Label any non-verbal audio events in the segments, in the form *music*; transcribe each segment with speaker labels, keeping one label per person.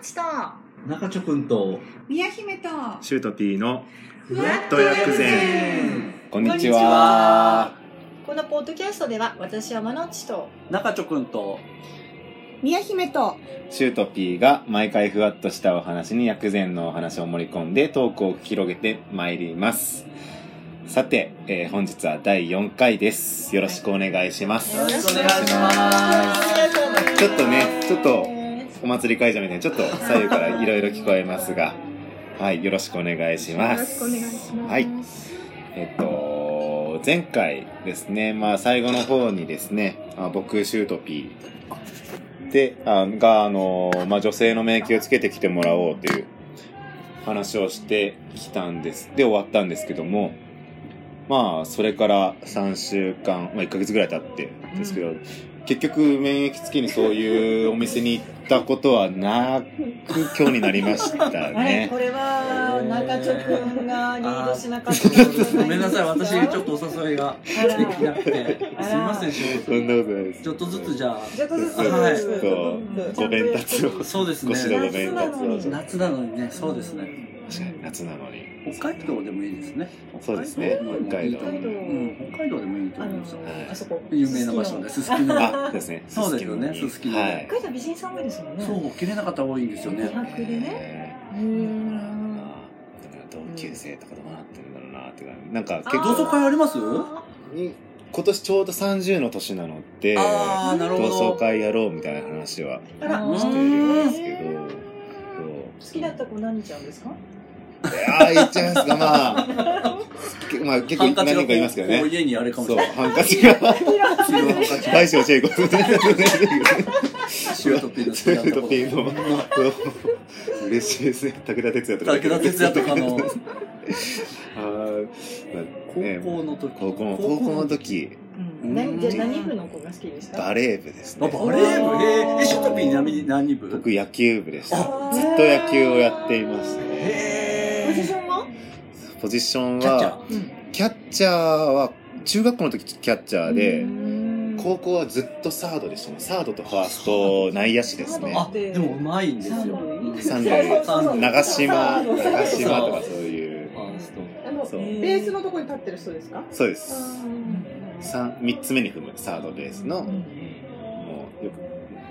Speaker 1: ちと
Speaker 2: 中ちょくんと
Speaker 3: 宮姫と
Speaker 4: シュート P の
Speaker 1: ふ
Speaker 4: わっと薬
Speaker 3: 膳
Speaker 5: こんにちは。
Speaker 1: このポッドキャストでは私はまのっちと
Speaker 2: 中ちょくんと
Speaker 1: 宮姫と
Speaker 5: シュート P が毎回ふわっとしたお話に薬膳のお話を盛り込んでトークを広げてまいります。さて、えー本日は第4回です。よろしくお願いします。
Speaker 1: よろしくお願い
Speaker 5: します
Speaker 1: ち
Speaker 5: ちょっとねちょっとお祭り会場みたいにちょっと左右からいろいろ聞こえますが、はい、よろしくお願いします。
Speaker 1: よろしくお願いします
Speaker 5: はい。えっと、前回ですね、まあ最後の方にですね、あ僕、シュートピーで、あが、あの、まあ女性の免疫をつけてきてもらおうという話をしてきたんです。で、終わったんですけども、まあ、それから3週間、まあ1ヶ月ぐらい経ってですけど、結局免疫付きにそういうお店に行ったことはなく今日になりました
Speaker 6: あれ、
Speaker 2: *laughs*
Speaker 5: ね
Speaker 6: こ。れは中ちょくんがリードしなかった
Speaker 2: ごめんなさい私ちょっ
Speaker 6: と
Speaker 2: とお誘いが
Speaker 6: あら
Speaker 2: できなくて
Speaker 6: あら
Speaker 2: すいません仕
Speaker 5: そ
Speaker 2: 事
Speaker 5: んなことないです。
Speaker 2: ちょっとずつじゃ
Speaker 6: ちょっとずつ、
Speaker 2: はい
Speaker 6: ちょっとずつ
Speaker 5: ごめんたつを
Speaker 2: あそうです
Speaker 5: 少しの
Speaker 2: ね
Speaker 5: ごめんたつを。
Speaker 2: 夏なのにねそうですね
Speaker 5: 確かに夏なのに。
Speaker 2: 北海道でもいいですね
Speaker 5: そうですね
Speaker 2: 北海道
Speaker 1: 北海道
Speaker 2: うん北海道でもいいと思いますよ
Speaker 5: はい
Speaker 1: あそこ
Speaker 2: 有名な場所ですすすきの
Speaker 5: あ、ですね。
Speaker 2: *laughs* そうですよね
Speaker 5: す
Speaker 2: す
Speaker 5: す
Speaker 2: すき
Speaker 5: き
Speaker 2: の
Speaker 5: の
Speaker 2: ね
Speaker 5: はい。
Speaker 6: 北海道美人さん多いですもんね
Speaker 2: そう切れなかった方が多いんですよね
Speaker 6: 北海道でね
Speaker 5: ね。
Speaker 1: うーん
Speaker 5: だから同級生とかどうなってるんだろうなって感じなんか結
Speaker 2: 同窓
Speaker 5: 構
Speaker 2: 会あります
Speaker 5: に今年ちょうど30の年なので
Speaker 2: あーなるほ
Speaker 5: 同
Speaker 2: ど
Speaker 5: 窓会やろうみたいな話は
Speaker 6: あら
Speaker 2: う
Speaker 6: 好
Speaker 2: ん
Speaker 5: してるんですけ
Speaker 1: う
Speaker 5: ど
Speaker 1: ん
Speaker 5: そう
Speaker 6: きだった子何ちゃんですか
Speaker 5: ああ、言っちゃいますか、ま
Speaker 2: *laughs*
Speaker 5: あ。けまあ、結構何人かいますけど
Speaker 2: こう
Speaker 5: ね。
Speaker 2: 家にあれかもし
Speaker 5: そ
Speaker 2: れ
Speaker 5: う、
Speaker 2: ない
Speaker 5: ハンカチ
Speaker 6: *laughs*
Speaker 5: が。
Speaker 2: 白いハンカチ
Speaker 5: 大将チェイコ。
Speaker 2: シュートピンの好き
Speaker 5: シュ
Speaker 2: な
Speaker 5: ー
Speaker 2: と
Speaker 5: ト
Speaker 2: こ
Speaker 5: ピーの。嬉しいですね。武田 *laughs* 鉄矢とか。
Speaker 2: 武田鉄矢とかの
Speaker 5: あーまあ
Speaker 2: 高
Speaker 5: ね
Speaker 2: 校の時
Speaker 5: 高校の高校の時、
Speaker 2: うん
Speaker 1: 何じゃあ何部の子が好きでした
Speaker 5: バレー部です
Speaker 2: あ
Speaker 5: ね。
Speaker 2: バレー部へーえショートピー何何部
Speaker 5: 僕、野球部でした。ずっ
Speaker 2: あ
Speaker 5: と野球をやっていましたね。
Speaker 1: ポジシ
Speaker 2: へ
Speaker 1: ョンは
Speaker 5: ポジション
Speaker 2: ーキャッチャー
Speaker 5: は、キャッチャーは、中学校の時キャッチャーで、
Speaker 1: で
Speaker 5: 高校はずっとサードでしたね。サードとファースト、内野手ですね。
Speaker 2: あでもうまいんですよ
Speaker 5: 三
Speaker 2: そう
Speaker 5: 塁、
Speaker 2: そうそう
Speaker 5: 長島、
Speaker 6: そう
Speaker 5: 長島とかそういう
Speaker 2: フ。ァースト
Speaker 7: あの
Speaker 5: そう
Speaker 7: ベースのとこに立ってる人ですか
Speaker 5: そうです。三、三つ目に踏む、サードベースの、もう、よ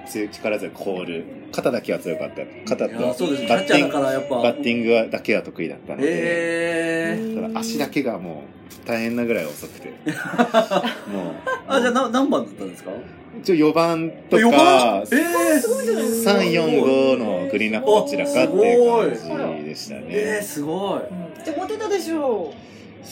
Speaker 5: く、強い力強いコール。肩だけは強かった。肩
Speaker 2: いや
Speaker 5: と、
Speaker 2: そうですキャ
Speaker 5: バ
Speaker 2: ッ
Speaker 5: ッ
Speaker 2: チャ
Speaker 5: テ
Speaker 2: ーだ
Speaker 5: ィン
Speaker 2: か
Speaker 5: グ、
Speaker 2: らやっぱ
Speaker 5: バッティングはだけは得意だったので、
Speaker 2: へー
Speaker 5: ただ足だけがもう、大変なぐらい
Speaker 2: *laughs*
Speaker 5: 遅くて。もう、
Speaker 2: あじゃあな何番だったんですか
Speaker 5: 一応4番と
Speaker 2: 四
Speaker 5: か
Speaker 2: 番、えーすごいじゃないですか
Speaker 5: 3、4、5のクリーンナップどちらかっていう感じでしたね。
Speaker 2: えーすごい
Speaker 6: じゃあモテたでしょ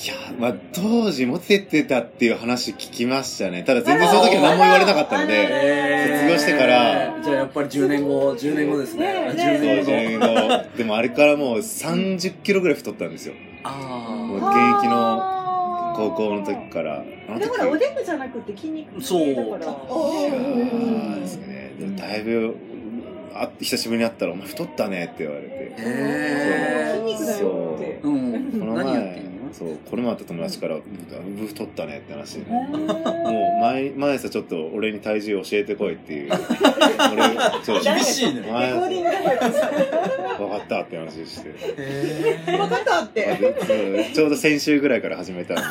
Speaker 5: いやー、まあ、当時モテてたっていう話聞きましたね。ただ全然その時は何も言われなかったので、
Speaker 2: えー
Speaker 5: 卒業してから
Speaker 2: じゃあやっぱり10年後10年後ですねあ10
Speaker 5: そう
Speaker 2: 年後
Speaker 5: 順位のでもあれからもう30キロぐらい太ったんですよ。もう
Speaker 2: あ
Speaker 5: 現役の高校の時から。あの
Speaker 6: う
Speaker 5: 時
Speaker 6: だからおでこじゃなくて筋肉系だから
Speaker 5: いやーですね。でもだいぶ、あ久しぶりに会ったら、お前太ったねって言われ
Speaker 2: あ
Speaker 5: て。
Speaker 2: へ
Speaker 7: 筋肉だよって
Speaker 2: ーうん
Speaker 5: この
Speaker 2: 何やって
Speaker 5: 前
Speaker 2: んの、
Speaker 5: そう、この前会った友達から、だいぶ太ったねって話で。もう前、前さちょっと俺に体重教えてこいって
Speaker 7: *laughs*
Speaker 5: いう。俺、そう。
Speaker 2: 厳しいね
Speaker 5: 前
Speaker 7: レコーディングだから
Speaker 5: 分かったって話して
Speaker 2: へ
Speaker 7: 分か
Speaker 2: ー
Speaker 7: ったって
Speaker 5: うんちょうど先週ぐらいから始めたんで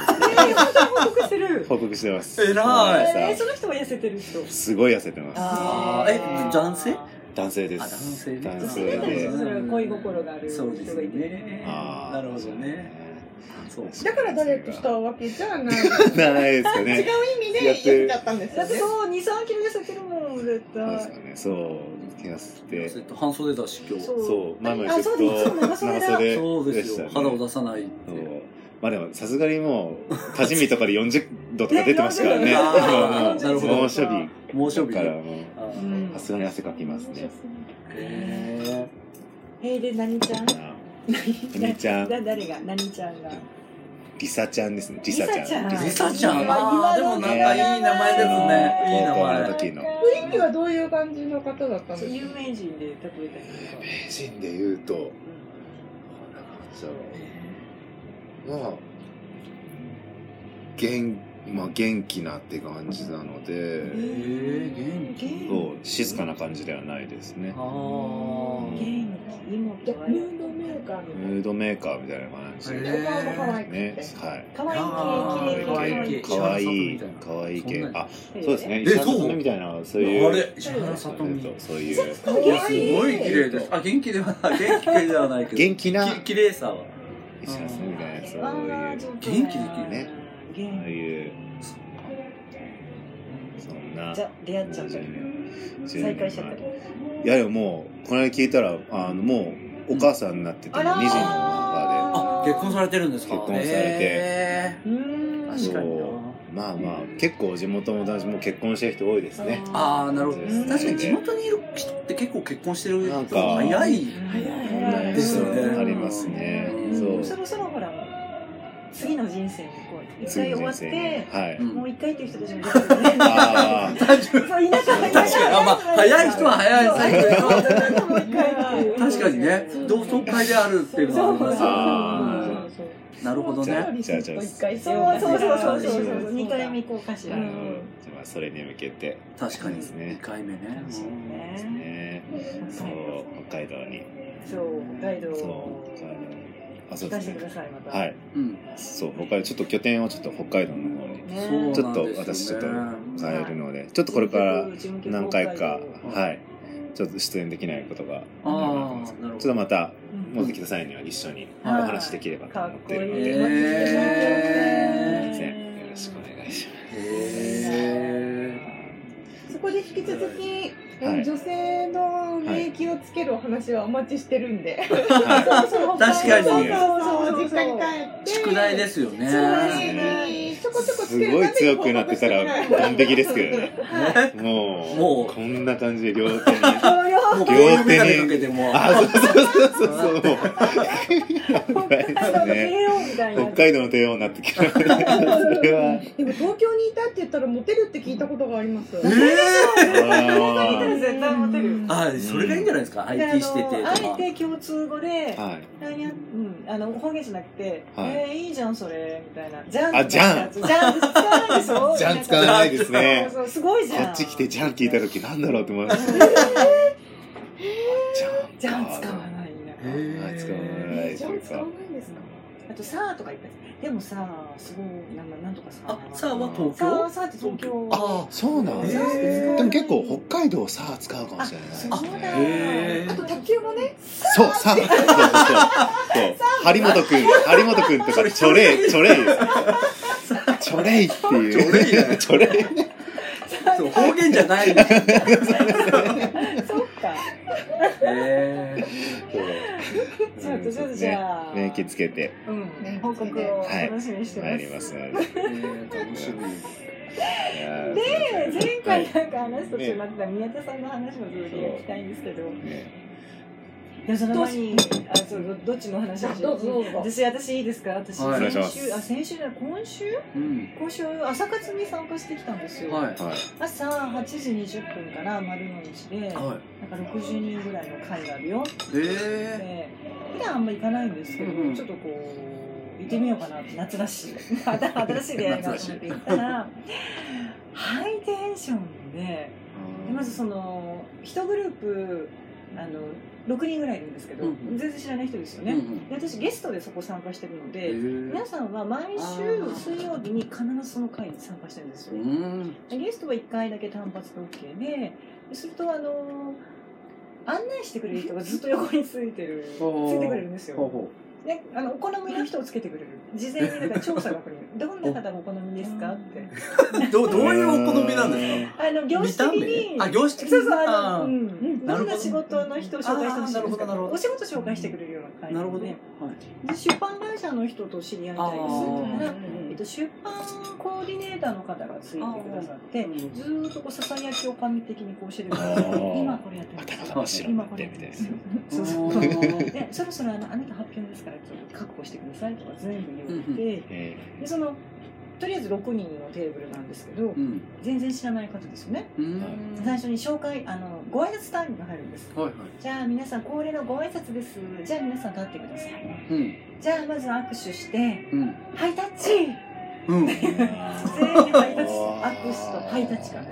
Speaker 5: す
Speaker 6: 報告してる
Speaker 5: けど報告してます
Speaker 2: 偉い
Speaker 5: は
Speaker 6: え
Speaker 5: い
Speaker 6: ーその人は痩せてる人
Speaker 5: すごい痩せてます
Speaker 2: あーえ男性
Speaker 5: 男性で
Speaker 2: あ男
Speaker 5: す
Speaker 2: 性ね
Speaker 5: 男
Speaker 6: そ
Speaker 5: 性
Speaker 6: う
Speaker 2: だね
Speaker 5: で
Speaker 6: いう恋心がある人
Speaker 2: そう
Speaker 6: が
Speaker 2: ですよ
Speaker 6: いて
Speaker 2: ね
Speaker 5: あー
Speaker 2: なるほどねそう
Speaker 7: だからダイエットしたわけじゃない違う
Speaker 5: ないですかね
Speaker 7: 意味でやっちゃったんです
Speaker 6: だ
Speaker 7: よ
Speaker 6: って
Speaker 7: ね
Speaker 6: そう23キロ痩せてるもん絶
Speaker 5: そうです
Speaker 6: 対
Speaker 5: かねそう気がし
Speaker 2: え
Speaker 5: て
Speaker 2: っと半袖だし今日
Speaker 5: そう前も
Speaker 6: あ
Speaker 5: ずっ
Speaker 6: そう
Speaker 5: と
Speaker 6: ですいつも長袖だ
Speaker 2: そう
Speaker 5: で
Speaker 2: です
Speaker 5: した
Speaker 2: よ
Speaker 5: ね
Speaker 2: 肌を出さないっ
Speaker 5: そう
Speaker 2: て
Speaker 5: まあでもさすがにもう多治見とかで40度とか出てますか
Speaker 6: *laughs*
Speaker 5: らね
Speaker 2: ね
Speaker 5: 今もう
Speaker 2: なるほど
Speaker 5: 猛暑日
Speaker 2: 猛暑日
Speaker 5: だから
Speaker 2: へ
Speaker 5: もう
Speaker 2: あー
Speaker 7: うん
Speaker 5: さすがに汗かきますね
Speaker 2: へ
Speaker 6: えーで何ちゃん
Speaker 5: みちゃん
Speaker 6: だ誰が何ちゃんが
Speaker 5: リサちゃんですね。リサちゃん。
Speaker 6: リサちゃん
Speaker 2: ーリサちゃん
Speaker 6: 今
Speaker 2: あーでもなんかいい名前ですねいい名
Speaker 5: 高校の
Speaker 2: 前
Speaker 5: 時の。
Speaker 7: 雰囲気はどういう感じの方だったんですか
Speaker 6: 有名人で例えたりとか
Speaker 5: 名人で言うと、こんな感じだろうまあ、元、まあ元気なって感じなので、
Speaker 2: え元気
Speaker 5: そう静かな感じではないですね。
Speaker 2: あー
Speaker 6: 元
Speaker 7: じゃあムードメーカーみたい
Speaker 5: ムードメーカーみたいな感じ
Speaker 2: へ
Speaker 5: で
Speaker 7: な。お顔も可愛くて。
Speaker 5: ね。はい。
Speaker 6: 可愛い系、
Speaker 5: 可
Speaker 6: 綺
Speaker 5: 愛
Speaker 6: 麗
Speaker 5: い
Speaker 6: 系。
Speaker 5: 系、可愛い、可愛い系。あ、そうですね。
Speaker 2: え
Speaker 5: 石原さ
Speaker 2: そ
Speaker 5: と
Speaker 2: う
Speaker 5: みみたいな、そういう。
Speaker 2: あれ石原さとみ
Speaker 5: そう
Speaker 2: い
Speaker 5: そういう。
Speaker 7: 可
Speaker 2: や
Speaker 7: 愛
Speaker 2: す
Speaker 7: い。
Speaker 2: ごい綺麗ですあ元気ではない元気ではないけど
Speaker 5: 元気な
Speaker 2: き綺麗さは
Speaker 5: 石原さとみみたいな、そう
Speaker 6: わ
Speaker 5: い
Speaker 6: ー
Speaker 5: う。
Speaker 6: ち
Speaker 5: そ
Speaker 6: ょっと
Speaker 2: 元気できる
Speaker 5: ね。う
Speaker 6: 元
Speaker 5: いう。そんな。
Speaker 6: 気。じゃあ出会っちゃった。
Speaker 5: 10年
Speaker 6: 再会しちゃった。
Speaker 5: いやでももう、この間聞いたら、あの、もう、お母さんになってて、2
Speaker 7: あ
Speaker 5: 児の
Speaker 7: らー
Speaker 5: 母で。
Speaker 2: あ結婚されてるんですか
Speaker 5: 結婚されて
Speaker 2: へ
Speaker 7: うーん
Speaker 2: ー確かにな
Speaker 5: まあまあ、結構地元の男子も結婚してる人多いですね。
Speaker 2: ああなるほど
Speaker 5: うん
Speaker 2: 確かに地元にいる人って結構結婚してる
Speaker 5: なん
Speaker 2: 人
Speaker 5: か
Speaker 2: 早い
Speaker 6: 早い
Speaker 2: ですよね
Speaker 5: ありますね。
Speaker 6: う
Speaker 5: そ。
Speaker 6: んそうろそろほら次の人生にこう一回終わっ
Speaker 5: 次の人生ね
Speaker 6: て、 *laughs*
Speaker 5: はい。
Speaker 2: うん
Speaker 6: もう一回っていう人たちも出てくるね。
Speaker 5: ああ、
Speaker 2: 単純
Speaker 6: そう田舎
Speaker 5: 確
Speaker 6: 田舎
Speaker 2: 確かにあまあ早い人は早いですね
Speaker 6: そうそうそうもう一回っていう
Speaker 2: 確かにね同窓会であるっていうのはあります
Speaker 5: あ
Speaker 2: よねうんなるほど
Speaker 5: じゃあ
Speaker 2: ね
Speaker 5: じゃあじゃあ
Speaker 7: 一回
Speaker 6: そうそうそうそうそう
Speaker 5: そう
Speaker 6: そう二回目行こうかし
Speaker 5: な
Speaker 6: ら。
Speaker 5: るほど。じゃあ、それに向けて
Speaker 2: 確かに
Speaker 5: ですね
Speaker 2: 2回目ね
Speaker 6: そう
Speaker 5: です
Speaker 6: ね。
Speaker 5: ね。そう、北海道に。
Speaker 6: そう北海道
Speaker 5: そう、北海道に。あ、そう
Speaker 6: 聞
Speaker 5: で
Speaker 6: か
Speaker 5: す
Speaker 6: せてくだ
Speaker 5: ね。
Speaker 6: さいまた。
Speaker 5: はい。
Speaker 2: うん
Speaker 5: そう、北海道、ちょっと拠点をちょっと北海道の方に
Speaker 6: ね
Speaker 2: そう
Speaker 5: ちょっと
Speaker 2: なんで
Speaker 5: 私
Speaker 2: す
Speaker 5: ちょ
Speaker 2: よ
Speaker 5: っ
Speaker 2: ね
Speaker 5: と変えるので、ちょっとこれから何回か、はい、ちょっと出演できないことが、
Speaker 2: ああなるほ
Speaker 5: ちょっと
Speaker 2: ど
Speaker 5: また、
Speaker 6: うん
Speaker 5: 戻ってきた際には一緒にお
Speaker 2: はい
Speaker 5: 話しできればと
Speaker 6: かっ
Speaker 5: 思っ
Speaker 6: こ
Speaker 5: て
Speaker 6: い
Speaker 5: い
Speaker 6: い
Speaker 5: るの
Speaker 2: へ
Speaker 5: で、
Speaker 2: え
Speaker 5: 全然よろしくお願いしま
Speaker 2: へ
Speaker 7: そこで引き続き、
Speaker 5: はい
Speaker 7: 女性の免疫をつけるお話はお待ちしてるんで、
Speaker 5: *laughs* す。は
Speaker 7: そうそう
Speaker 2: 確かに
Speaker 7: そうそうそう実家に帰って
Speaker 2: 宿題ですよね
Speaker 7: そうですねちょこちょこ
Speaker 5: い。
Speaker 7: つ
Speaker 5: す
Speaker 7: ける
Speaker 5: ご
Speaker 7: た
Speaker 5: い
Speaker 7: めに
Speaker 5: 強くなってたら完璧ですけどね。
Speaker 2: ね
Speaker 5: もう、
Speaker 2: もう
Speaker 5: こんな感じで両手
Speaker 6: *laughs*
Speaker 5: に。
Speaker 2: もう
Speaker 5: 両手
Speaker 2: 両
Speaker 5: に
Speaker 2: 手にかけてもう
Speaker 5: あ、そうそうそうそうそう。危ないですね。
Speaker 6: 帝王みたいな
Speaker 5: 北。海道の帝王になって
Speaker 6: *laughs*
Speaker 5: きましたね。それは。
Speaker 7: でも東京にいたって言ったらモテるって聞いたことがあります
Speaker 2: ええ
Speaker 5: あー
Speaker 6: 絶対モテるよ。
Speaker 2: あそれがいいんじゃないですか IT しててと
Speaker 6: あのあ
Speaker 2: か
Speaker 6: えて共通語で、
Speaker 5: はい。
Speaker 6: 何やうん、あの方言じゃなくて、
Speaker 5: はい
Speaker 6: えー、いいじゃんそれみたいな。じゃん。
Speaker 5: あじゃん
Speaker 6: じゃん使わないでし
Speaker 5: *laughs*
Speaker 6: ょ。
Speaker 5: じゃん使わないですね
Speaker 6: そうそうすごいじ
Speaker 5: こ
Speaker 6: ゃん。
Speaker 5: っち来てじゃん聞いた時なんだろうって思いました。じゃん。
Speaker 6: じゃん使わないな。
Speaker 5: はい使わ
Speaker 2: へ
Speaker 5: ないという
Speaker 7: 使
Speaker 5: か
Speaker 7: わな。いんですか
Speaker 6: あとさあとか言ったりでもさあすごいなんなんとかさ
Speaker 2: あさあは東
Speaker 6: さあ
Speaker 2: 京
Speaker 6: さあって東京。
Speaker 2: あ
Speaker 5: そうなん
Speaker 2: へ
Speaker 5: です
Speaker 2: ー
Speaker 5: ね。でも結構北海道さあ使うかもしれないですね
Speaker 6: あそうだ。
Speaker 2: へー
Speaker 7: あと卓球もね
Speaker 5: そう、さあ。そうそうそう。そう張本くん、張本くんとかチョレイ、チョレイです。チョレイって
Speaker 2: チョレイじゃ
Speaker 5: い
Speaker 2: な
Speaker 5: う。チョレイ。
Speaker 2: そう方言じゃないんですよ
Speaker 6: そっか。
Speaker 2: へー
Speaker 6: じゃあじゃあじゃあ。
Speaker 5: 免疫つけて
Speaker 6: うん。報告を楽しみにしてます。
Speaker 5: 参りますので。
Speaker 2: えー楽しみ
Speaker 5: いやー
Speaker 6: で前回
Speaker 5: は
Speaker 6: なんか話す途中になってた宮田さんの話の続きを聞きたいんですけど、
Speaker 5: いね
Speaker 6: いやその前にあそうどどっちの話をしよ
Speaker 7: どうぞどうぞ
Speaker 6: 私私いいですか私、
Speaker 2: はい
Speaker 5: お願いしま
Speaker 6: 先週
Speaker 5: す
Speaker 6: あ先週じゃない今週
Speaker 2: うん
Speaker 6: 今週朝活に参加してきたんですよ、
Speaker 2: はい
Speaker 5: はい。
Speaker 6: 朝8時20分から丸の内で、
Speaker 2: は
Speaker 6: なんか60人ぐらいの会があるよって
Speaker 2: いへ
Speaker 6: 普段あんま行かないんですけど、
Speaker 2: うんうん
Speaker 6: ちょっとこう行ってみようかなって夏だ
Speaker 2: *laughs*
Speaker 6: しまた新しい出会いがあると思って行ったらハイテンションで。でまずその1グループあの6人ぐらいいるんですけど、
Speaker 2: うんうん
Speaker 6: 全然知らない人ですよ
Speaker 2: うんう
Speaker 6: ね、
Speaker 2: ん
Speaker 6: で私ゲストでそこ参加してるの
Speaker 2: へ
Speaker 6: で、
Speaker 2: ー
Speaker 6: 皆さんは毎
Speaker 2: あ
Speaker 6: 週
Speaker 2: ー
Speaker 6: 水曜日に必ずその会に参加してるんです
Speaker 2: う
Speaker 6: よ、
Speaker 2: ん
Speaker 6: でゲストは1回だけ単発で OK ででするとあの案内してくれる人がずっと横についてるつ
Speaker 2: おー
Speaker 6: いてくれるんです
Speaker 2: ほう
Speaker 6: よ
Speaker 2: ほ
Speaker 6: であのお好みの人をつけてくれる事前になんか調査が来
Speaker 2: *laughs*
Speaker 6: るどんな方がお好みですかって
Speaker 2: うどどういうお好みなんですか
Speaker 6: あの業種的に
Speaker 2: 見た目あ業種的に
Speaker 6: そうそうあ
Speaker 2: あ
Speaker 6: の、
Speaker 2: ー
Speaker 6: うんうん、
Speaker 2: な
Speaker 6: どん
Speaker 2: るほど
Speaker 6: な仕事の人を紹介してほしい
Speaker 2: あーなる
Speaker 6: です
Speaker 2: ほどなる
Speaker 6: か
Speaker 2: ほど
Speaker 6: お仕事紹介してくれるような感じ
Speaker 2: なるほど
Speaker 6: で
Speaker 2: ね
Speaker 6: 出版会社の人と知り合いたいです
Speaker 2: あー
Speaker 6: だからえっと、出版コーディネーターの方がついてくださってずーっとこうささやきを神的にこうしてるんです
Speaker 5: あ
Speaker 6: よ
Speaker 5: ー
Speaker 6: 今これやってます
Speaker 5: 頭が真っ白にな
Speaker 6: 今
Speaker 5: っ
Speaker 6: こ
Speaker 5: て
Speaker 6: れ
Speaker 5: み
Speaker 6: やったて
Speaker 5: い
Speaker 6: ま
Speaker 5: な
Speaker 6: す。そうそうでそろそろあのあなた発表ですからちょっと覚悟してくださいとか全部言って、 *laughs*
Speaker 5: え
Speaker 6: でそのとりあえず6人のテーブルなんですけど、
Speaker 2: うん
Speaker 6: 全然知らない方ですよね
Speaker 2: うん
Speaker 6: 最初に紹介あのご挨拶タイムが入るんです
Speaker 2: はいはい
Speaker 6: じゃあ皆さん恒例のご挨拶ですじゃあ皆さん立ってください
Speaker 2: うん
Speaker 6: じゃあまず握手して
Speaker 2: うん *laughs*
Speaker 6: ハイタッチ
Speaker 2: うん。
Speaker 6: 全員ハイタッチ握手とハイタッチから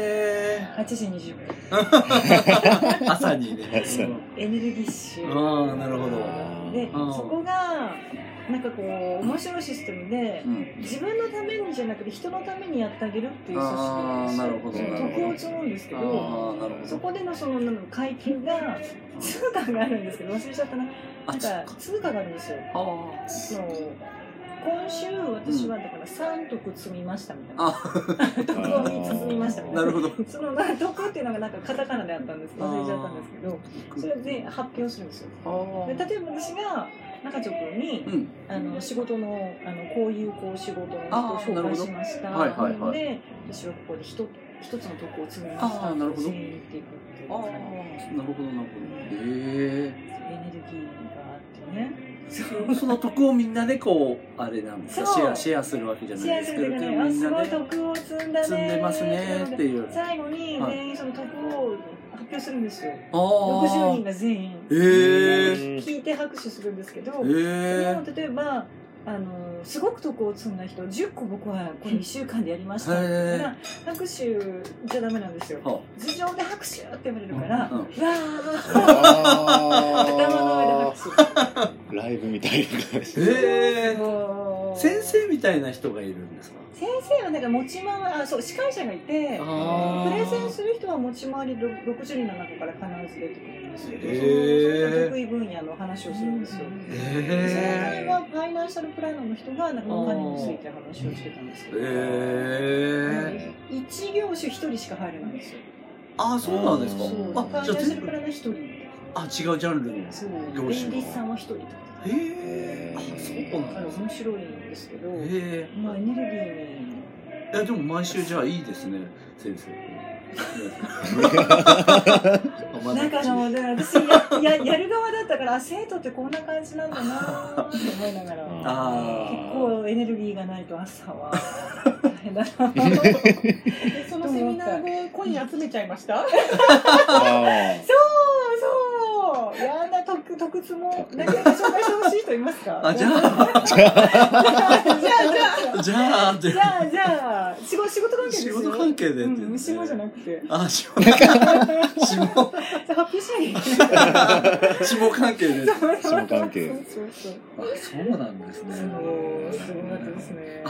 Speaker 2: え
Speaker 6: 8時20分
Speaker 2: ー。朝にね。
Speaker 5: 朝
Speaker 6: エネルギッシュ
Speaker 2: ああ、なるほど。
Speaker 6: で
Speaker 2: うん
Speaker 6: そこがなんかこう面白いシステムで
Speaker 2: うん。
Speaker 6: 自分のためにじゃなくて人のためにやってあげるっていう組織
Speaker 2: ああ、なるほど。なる
Speaker 6: 特
Speaker 2: ほ
Speaker 6: 攻帳なんですけど
Speaker 2: ど。ああ、なるほ
Speaker 6: そ
Speaker 2: ど。
Speaker 6: こでのそのなんだろう階級が通貨があるんですけど忘れちゃったな
Speaker 2: あ、
Speaker 6: なん
Speaker 2: そっ
Speaker 6: か
Speaker 2: か。
Speaker 6: 通貨があるんですよ
Speaker 2: あ
Speaker 6: その今週私はだから3徳積みましたみたいな
Speaker 2: あ。
Speaker 6: 徳を3つ積みましたみ
Speaker 2: あ、
Speaker 6: た
Speaker 2: ないる
Speaker 6: な
Speaker 2: ほど。
Speaker 6: そのなんか徳っていうのがなんかカタカナであったんですけど忘れちゃったんですけどそれで発表するんですよ
Speaker 2: あ
Speaker 6: で
Speaker 2: あ。
Speaker 6: 例えば私が中条君に、
Speaker 2: うん。
Speaker 6: あの仕事のあのこういうこう仕事の人を
Speaker 2: あーな
Speaker 6: 紹介
Speaker 2: るほど
Speaker 6: しました
Speaker 2: はいはいはい
Speaker 6: で私はここで一つ一つのとこを積みました
Speaker 2: あーなるほど
Speaker 6: 全員行っていくっていう
Speaker 2: ああ、なるほど、なるほど。ええ。
Speaker 6: エネルギーがあってね
Speaker 2: その得をみんなでこう、あれなんですか、
Speaker 6: そう
Speaker 2: シェア、シェアするわけじゃな
Speaker 6: 幸
Speaker 2: いです
Speaker 6: せ
Speaker 2: けど、
Speaker 6: で
Speaker 2: で
Speaker 6: ね
Speaker 2: も
Speaker 6: あ
Speaker 2: みん
Speaker 6: す
Speaker 2: な
Speaker 6: ごい
Speaker 2: で
Speaker 6: 徳を積んだね
Speaker 2: 積んでますねっていう。あ
Speaker 6: 最後に
Speaker 2: はい
Speaker 6: 全員その徳を発表するんですよ
Speaker 2: あ。
Speaker 6: 60人が全員
Speaker 2: ええ。
Speaker 6: 聞いて拍手するんですけど、
Speaker 2: え
Speaker 6: でも例えばあのすごく徳を積んだ人10個僕はこの1週間でやりましたって言ったら拍手じゃダメなんですよ
Speaker 2: え。は
Speaker 6: 頭上で拍手って言われるから、
Speaker 2: うん
Speaker 6: わー頭の上で
Speaker 5: あ
Speaker 6: 拍手
Speaker 5: ーライブみたいな感じ。
Speaker 2: ええ。
Speaker 6: もう
Speaker 2: 先生みたいな人がいるんですか
Speaker 6: 先生はなんか持ち回りそう司会者がいて
Speaker 2: あ
Speaker 6: プレゼンする人は持ち回りろ60人の中から必ず出てくるんですけど、
Speaker 2: へー
Speaker 6: その得意分野の話をするんですよ。その前
Speaker 2: ええ
Speaker 6: はファイナンシャルプランナーの人がなんかお金について話をしてたんですけど、
Speaker 2: ええ
Speaker 6: 一業種一人しか入れないんですよ。
Speaker 2: ああそうなんですか
Speaker 5: そ
Speaker 6: そう。フ
Speaker 2: あ
Speaker 6: ァイナンシ
Speaker 2: じゃあ
Speaker 6: ャ
Speaker 2: 全
Speaker 6: ル
Speaker 2: 部
Speaker 6: プランナー一人。
Speaker 2: あ違うジャンルの
Speaker 6: そう。
Speaker 2: 業種
Speaker 6: 弁
Speaker 2: の
Speaker 6: 理士さんは一人とか。
Speaker 2: ええあそう
Speaker 6: だ
Speaker 2: なん
Speaker 6: から
Speaker 2: ですね
Speaker 6: 面白いんですけど、
Speaker 2: え
Speaker 6: まあエネルギーに。
Speaker 2: えいやでも毎週じゃあいいですね先生あま
Speaker 6: な
Speaker 2: だ
Speaker 6: んかあの、だから私やややる側だったから、あ生徒ってこんな感じなんだなーって思いな
Speaker 2: *laughs*
Speaker 6: がら、結
Speaker 2: あ
Speaker 6: 構エネルギーがないと朝は大変だなー。
Speaker 7: えそのセミナーでコイン集めちゃいました
Speaker 5: あ
Speaker 6: そうそういやあんな特特つも何か紹介してほしい人いますか
Speaker 2: *laughs* あじゃあ
Speaker 6: *laughs* じゃあじゃあ
Speaker 2: じゃあって
Speaker 6: じゃあじゃあ仕事仕事関係です
Speaker 2: 仕
Speaker 6: よ
Speaker 2: 事関係でって
Speaker 6: うん仕事じゃなくて
Speaker 2: あ仕事志望
Speaker 6: 発表しなきゃいけない
Speaker 2: 志望関係で
Speaker 5: 志望関係
Speaker 6: そうそう
Speaker 2: あそうなんですね
Speaker 6: そうすごかったですね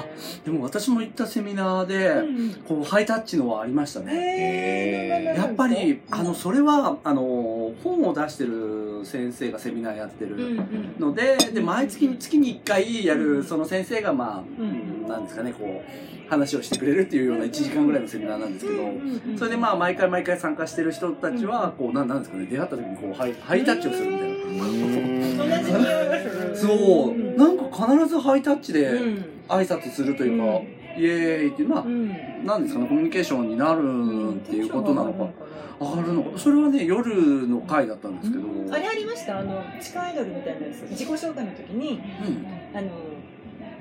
Speaker 2: でも私も行ったセミナーで、
Speaker 6: うん
Speaker 2: こうハイタッチのはありました
Speaker 6: へ
Speaker 2: ね。
Speaker 6: え
Speaker 5: へー
Speaker 2: やっぱりあの
Speaker 6: う
Speaker 2: それはあの本を出してる先生がセミナーやって
Speaker 6: んう
Speaker 2: る
Speaker 6: ん
Speaker 2: ので,、で毎月に月に1回や
Speaker 6: うん
Speaker 2: るその先生がまあ、
Speaker 6: ん
Speaker 2: なんですかねこう話をしてくれるっていうような1時間ぐらいのセミナーなんですけど。
Speaker 6: うんうん
Speaker 2: それでまあ毎回毎回参加してる人たちはこうなんなんですかね出会った時にこうハイハイタッチをするみたいな
Speaker 6: 同じ匂いがする
Speaker 2: そう
Speaker 6: うん
Speaker 2: なんか必ずハイタッチ
Speaker 6: う
Speaker 2: で
Speaker 6: ん
Speaker 2: 挨拶するというか
Speaker 6: うん
Speaker 2: イエーイっていうのは
Speaker 6: うん
Speaker 2: なんですかねコミュニケーションになるっていうことなのか上がるのかそれはね夜の回だったんですけど、
Speaker 6: あれありましたあの地下アイドルみたいなやつ自己紹介の時に
Speaker 2: うん、
Speaker 6: あの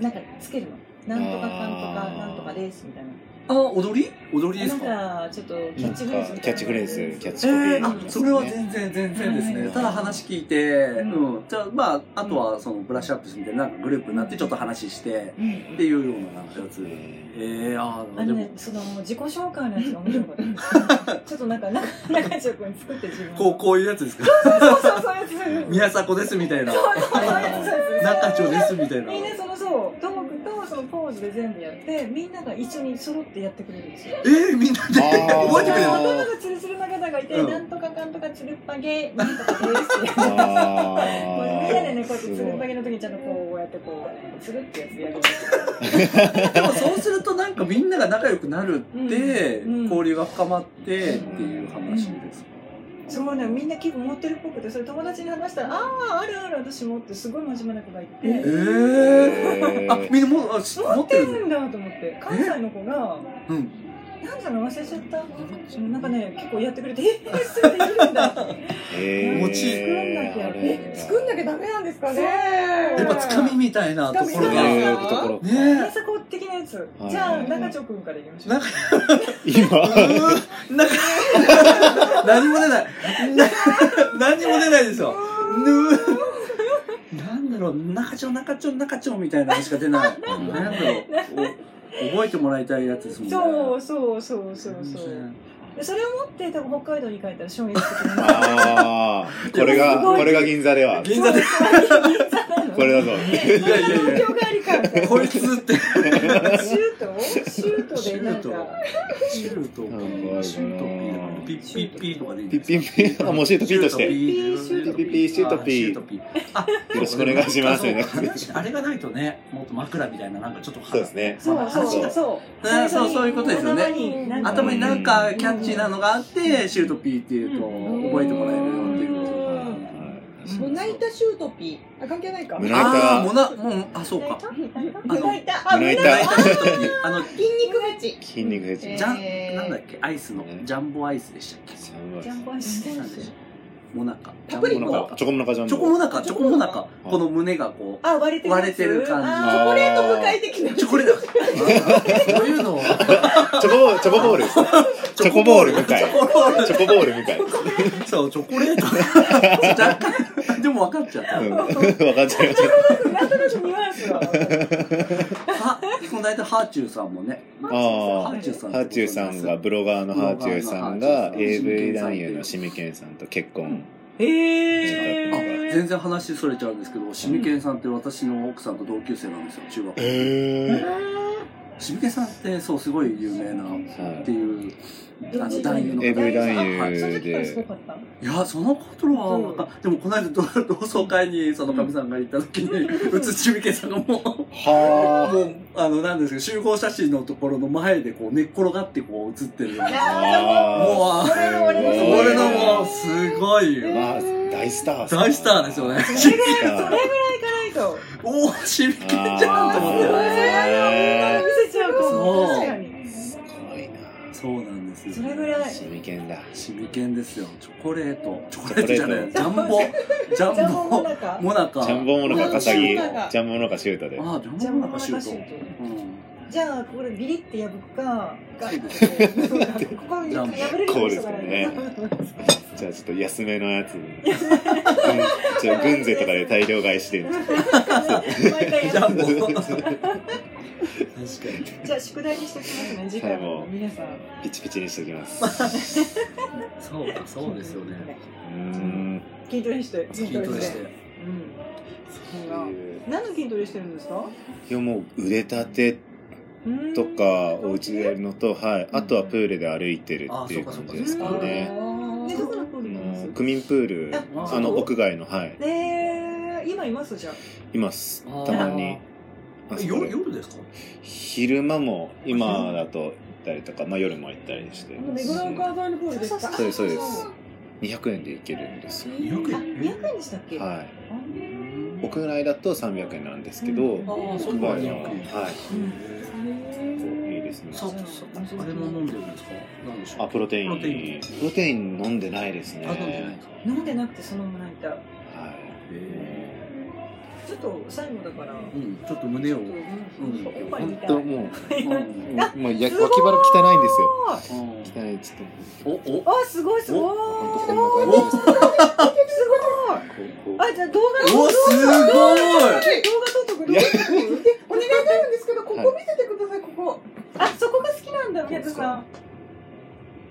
Speaker 6: なんかつけるのなんとかかんと
Speaker 5: あ
Speaker 6: か
Speaker 5: ー
Speaker 6: なんとかですみたいな
Speaker 2: あ踊り踊りで
Speaker 6: な
Speaker 2: す
Speaker 6: ん
Speaker 2: か
Speaker 6: かちょっとキャ
Speaker 5: なん
Speaker 6: ッ
Speaker 5: か
Speaker 6: チフレーズみたいな
Speaker 5: キャッチフレーズキャッチ
Speaker 2: え
Speaker 5: コピ
Speaker 2: え
Speaker 5: ー
Speaker 2: あそれは全然全然ですね、
Speaker 5: うん
Speaker 2: ただ話聞いて、
Speaker 6: ん
Speaker 2: うん、じゃあまああとはそのブラッシュアップしてみたいななんかグループになってちょっと話してっていうようななんかやつええあ
Speaker 6: あ
Speaker 2: ーで
Speaker 6: の
Speaker 2: も、
Speaker 6: ね、その自己紹介のやつが面白かったですちょっとなんか中中条君作って自分の
Speaker 2: こうこういうやつですか
Speaker 6: そうそうそういうやつ
Speaker 2: 宮迫ですみたいな
Speaker 6: そういうやつそういうや
Speaker 2: 中条ですみたい
Speaker 6: つ
Speaker 2: な
Speaker 6: みんなそのそうトークとそのポーズで全部やってみんなが一緒に揃ってやってくれるんですよ
Speaker 2: ええみんなで
Speaker 5: あー
Speaker 2: 覚えてくれる
Speaker 5: あ
Speaker 6: 頭がツルツルな方がいて、
Speaker 2: うん
Speaker 6: なんとかかんとかつるっぱげなんとかですって
Speaker 5: あ
Speaker 6: こうみんなでねこうやって
Speaker 5: す
Speaker 6: つるっ
Speaker 5: ご
Speaker 6: ぱ
Speaker 5: い
Speaker 6: げの時にちゃんとこうやってこうつるってやつやる
Speaker 2: でもそうするとなんかみんなが仲良くなるって、
Speaker 6: うんうん
Speaker 2: 交流が深まってっていう話です、
Speaker 6: そうねみんな結構持ってるっぽくてそれ友達に話したら「あああるある私も」ってすごい真面目な子がいて、
Speaker 2: え
Speaker 5: へ
Speaker 2: え
Speaker 5: ー
Speaker 2: あみんなもうあし
Speaker 6: 持
Speaker 2: 持
Speaker 6: っ
Speaker 2: ってて
Speaker 6: る
Speaker 2: る
Speaker 6: んだと思って関西の子が
Speaker 2: うん
Speaker 6: なんだろう忘れちゃったなんかね結構やってくれて「え
Speaker 2: *laughs*
Speaker 6: えそれできるんだ」
Speaker 5: え
Speaker 2: 餅
Speaker 7: え作んなきゃダメなんですかね
Speaker 2: やっぱつかみみたいなところ
Speaker 5: そう
Speaker 2: がね
Speaker 5: いうところ。
Speaker 6: 対
Speaker 2: え
Speaker 6: 策的なやつ、
Speaker 5: はい
Speaker 6: じゃあ中条君からいきましょう
Speaker 2: なんかう
Speaker 5: 今、
Speaker 2: ーんなんか *laughs* 何も出ないな何も出ないですよぬーなんだろう中町中町中町みたいなのしか出ない
Speaker 5: うん
Speaker 2: なんだろうお覚えてもらいたいやつですもんね
Speaker 6: そうそうそうそうそ
Speaker 2: 全
Speaker 6: う
Speaker 2: 然
Speaker 6: でそれを持って多分北海道に帰ったら消滅してくれる
Speaker 5: ああ、これが、
Speaker 6: すごい
Speaker 5: これが銀座では。
Speaker 2: 銀座で
Speaker 5: これだ
Speaker 2: *laughs*
Speaker 5: ぞ。
Speaker 2: いやいやい
Speaker 6: 東京帰りかみたい
Speaker 2: や
Speaker 6: な
Speaker 2: こいつって
Speaker 6: シュートシュートでなん
Speaker 2: シュー
Speaker 6: か
Speaker 2: シュート
Speaker 5: ん怖いな
Speaker 2: シュートピーだからピッピッピーとかでいいん
Speaker 5: ピ
Speaker 2: で
Speaker 5: ッ
Speaker 2: す
Speaker 5: ピ
Speaker 2: か
Speaker 5: ッピ、あ、もうシュートピーとして。
Speaker 2: シュートピー
Speaker 5: シュートピー
Speaker 2: シュートピーあ
Speaker 5: よろしくお願いします
Speaker 2: そう話あれがないとねもっと枕みたいななんかちょっと
Speaker 5: そうですね。
Speaker 6: そうそう
Speaker 2: 話
Speaker 6: そ
Speaker 2: が
Speaker 6: うそう
Speaker 2: うんそうそういうことですよね
Speaker 6: 頭になんか
Speaker 2: 頭になんかキャッチーなのがあってシュートピーっていうと覚えてもらえるよっていうこと
Speaker 5: はい
Speaker 7: モナイタシュートピー。あ、関係ないか。
Speaker 5: 胸
Speaker 2: ああも、
Speaker 5: 板
Speaker 2: なもうあそうか
Speaker 7: 胸板。あ、
Speaker 2: 胸
Speaker 5: 胸板、
Speaker 2: 板シュートピーあの
Speaker 7: 筋肉フェチ。
Speaker 5: 筋肉フェチ。
Speaker 2: じゃん
Speaker 7: えー
Speaker 2: なんだっけアイスのジャンボアイスでしたっ
Speaker 5: すごい
Speaker 6: ジャンボアイス
Speaker 2: けなんでしょうモナカ
Speaker 7: パプリ
Speaker 5: チョコモナカチョコモナカジャンボ。
Speaker 2: チョコモナカチョコモナカこの胸がこ
Speaker 6: あ割れてるやつ
Speaker 2: 割れてる感じ
Speaker 6: あ
Speaker 7: チョコレート向い的な
Speaker 2: う。チョコレートそういうのを
Speaker 5: チョコボール、チョコボールです。チョコボール向
Speaker 2: チ
Speaker 5: かい
Speaker 2: ョコボール
Speaker 5: チョコボールみたい。
Speaker 2: そう、チョコレート。若干、でも分かっちゃった。
Speaker 5: うん、分かっちゃいました。
Speaker 6: なんとなくニュアンス
Speaker 2: *laughs*
Speaker 6: が
Speaker 2: は、この間、ハーチューさんもね。
Speaker 5: あ
Speaker 2: ハーチューさん。
Speaker 5: ハーチューさんが、ブロガーのハーチューさんが、AV 男優のシミケンさんと結婚。
Speaker 6: え
Speaker 2: あ、
Speaker 6: ー
Speaker 2: 全然話それちゃうんですけど、シミケンさんって私の奥さんと同級生なんですよ、中学。
Speaker 5: え
Speaker 2: シミケンさんって、そう、すごい有名な、っていう、あの、男優の方。
Speaker 5: AV 男
Speaker 2: はい
Speaker 5: 優
Speaker 6: その時からすごかった
Speaker 2: いや、そのことはわかん、でもこの間同同窓会に、そのかみさんが行った時に、うつちみけさんがもう、
Speaker 5: は
Speaker 2: もう、あの、なんですけど、集合写真のところの前で、こう、寝っ転がって、こう、写ってるような。
Speaker 5: あ。
Speaker 2: もう、
Speaker 7: 俺の俺の
Speaker 5: すごい
Speaker 2: 俺のもう、すごいよ。
Speaker 5: まあ、大スター。
Speaker 2: 大スターですよね。
Speaker 6: それぐらいそれぐらいいかないと
Speaker 2: *laughs* おー、しみけんじゃんと思っ
Speaker 5: あー
Speaker 2: て。
Speaker 6: 見せちゃうかも
Speaker 2: そう
Speaker 6: 確かに
Speaker 5: すごいな。
Speaker 2: そうなんですよ。
Speaker 6: それぐらい
Speaker 5: シミケンだ。
Speaker 2: しみけんですよ。チョコレート。チョコレートじゃない。ジャンボ。ジ
Speaker 6: ジャ
Speaker 2: ャ
Speaker 6: ン
Speaker 2: ン
Speaker 6: ボ
Speaker 2: ボ
Speaker 6: の。中
Speaker 2: モナカ。
Speaker 5: ジャンボモナカ、カサギ。ジ
Speaker 2: あ
Speaker 5: ャンボモナカ、シュートで。
Speaker 2: ー、ジ
Speaker 6: ジ
Speaker 2: ャ
Speaker 6: ャ
Speaker 2: ン
Speaker 6: ンボ
Speaker 2: ボモナ
Speaker 6: の
Speaker 2: カシ
Speaker 6: 中
Speaker 2: ュ
Speaker 6: シュ
Speaker 2: ー
Speaker 6: ート
Speaker 2: ト。うん。
Speaker 6: じゃあこれビリって破くかガ
Speaker 2: 最後
Speaker 6: ッとこうここに破れるかもしれない
Speaker 5: こじゃあ、ちょっと安めのやつ。うんちょっと軍勢とかで大量買いしてる。
Speaker 6: 毎回
Speaker 2: ジ
Speaker 6: や
Speaker 2: ャ
Speaker 6: る
Speaker 2: ンボ。確かに。
Speaker 6: じゃあ宿題にしておきますね次回
Speaker 5: は
Speaker 6: も
Speaker 5: い
Speaker 6: 皆さん
Speaker 5: ピチピチにしときます。
Speaker 2: そうか、そうですよね。
Speaker 5: うーん。
Speaker 6: 筋トレして
Speaker 2: 筋トレして。
Speaker 6: うんそうだ何の筋トレしてるんですか
Speaker 5: いや、もう、腕立てとか、お家でやるのと、はい。あとはプールで歩いてるっていう感じですかね。
Speaker 6: でどこのプールなんです
Speaker 5: うん区民プール、
Speaker 2: あ
Speaker 5: あの、屋外の、はい。
Speaker 6: ねえ今いますじゃん
Speaker 5: います
Speaker 2: あー。
Speaker 5: たまに。あそこ
Speaker 2: 夜
Speaker 5: で
Speaker 2: 夜ですか
Speaker 5: 昼間も、今だと行ったりとか、まあ夜も行ったりして
Speaker 7: あ。の目黒川沿いのプールですか
Speaker 5: そうです、そうです。200円で行けるんですよ。
Speaker 2: 200
Speaker 6: あ
Speaker 2: 円
Speaker 6: 200円でしたっけ
Speaker 5: はい。
Speaker 6: あ
Speaker 2: 僕
Speaker 5: 屋内だと300円なんですけど、
Speaker 6: うん
Speaker 5: 屋
Speaker 2: あ、そう
Speaker 5: 外
Speaker 2: な
Speaker 5: のは
Speaker 2: ん
Speaker 5: い
Speaker 2: や。
Speaker 5: いいですね
Speaker 2: そうそうあれも飲んでるんですかなんでしょう
Speaker 5: あプロテイン
Speaker 2: プロテイン
Speaker 5: プロテイン飲んでないですね
Speaker 2: あ、飲んでないんですか
Speaker 6: 飲んでなくてそのまま泣いた
Speaker 5: はい
Speaker 6: ちょっと最後だから
Speaker 2: うん、ちょっと胸を。
Speaker 6: うん
Speaker 2: ん
Speaker 6: おっぱい見た
Speaker 5: 本
Speaker 6: い
Speaker 5: 当も
Speaker 2: うん
Speaker 5: うもうもうや脇腹汚いんですよ汚いちょっ
Speaker 2: お、
Speaker 6: あ
Speaker 2: お、
Speaker 6: すごいすごい
Speaker 5: と本当こんな感じです
Speaker 6: すごい
Speaker 5: こうこ
Speaker 6: あじゃあ動画
Speaker 2: お、すごい
Speaker 6: 動画撮っとく
Speaker 5: うい
Speaker 6: 動
Speaker 5: や
Speaker 6: 画
Speaker 7: お願いがあるんですけど、ここ見せてください、ここ。
Speaker 6: あそこが好きなんだ宮田さん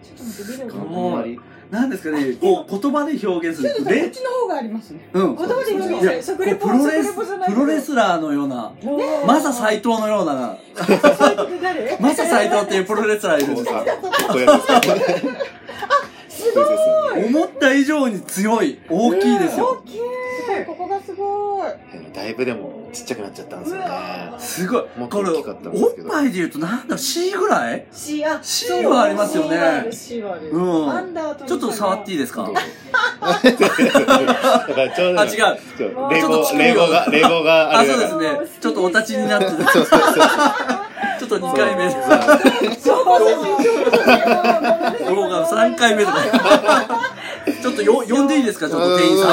Speaker 6: ちょっと待ってビデオ
Speaker 5: あ
Speaker 6: が
Speaker 5: んまり
Speaker 2: なんですかね、こう、言葉で表現する。
Speaker 7: こっ
Speaker 2: で、
Speaker 7: ちの方がありますね。
Speaker 2: うん。
Speaker 6: 言葉で表現する食
Speaker 2: いや
Speaker 6: レ
Speaker 2: こ
Speaker 6: ポ
Speaker 2: うプロレス、
Speaker 6: 食レポじゃないけ
Speaker 2: プ
Speaker 6: ど
Speaker 2: ロレスラーのような、マサ斎藤のような、
Speaker 6: 藤って誰
Speaker 2: マサ斎藤っていうプロレスラーいるんですよ。
Speaker 5: こうやるんですかすごい
Speaker 2: 思った以上に強い、大きいですよ。
Speaker 7: すごい、ここがすごい。
Speaker 5: だいぶでもちっちゃくなっちゃったんですよね
Speaker 2: すごい。
Speaker 5: もっと
Speaker 2: これ、
Speaker 5: 大
Speaker 2: お
Speaker 5: きかったんですけ
Speaker 2: っ
Speaker 5: ど
Speaker 2: ぱいで言うと、なんだ、C ぐらい
Speaker 6: C あ
Speaker 2: C はありますよね
Speaker 6: C はある C はある
Speaker 2: うん
Speaker 6: アンダーと
Speaker 2: ちょっと触っていいです *laughs* か
Speaker 5: だからちょうど
Speaker 2: あ、違う。
Speaker 5: ちょっと冷房冷房が冷房があ
Speaker 2: あ、
Speaker 5: れ
Speaker 2: そう
Speaker 5: だ
Speaker 2: で
Speaker 6: もう好き
Speaker 2: すね
Speaker 5: から
Speaker 6: で。す
Speaker 2: ちょっとお立ちになってた。
Speaker 5: *laughs* そうそうそう
Speaker 2: ちょっと2回目。
Speaker 6: 情報写真情報写真
Speaker 2: 動画3回目とか。ちょっとよ呼んでいいですかちょっと店員さん。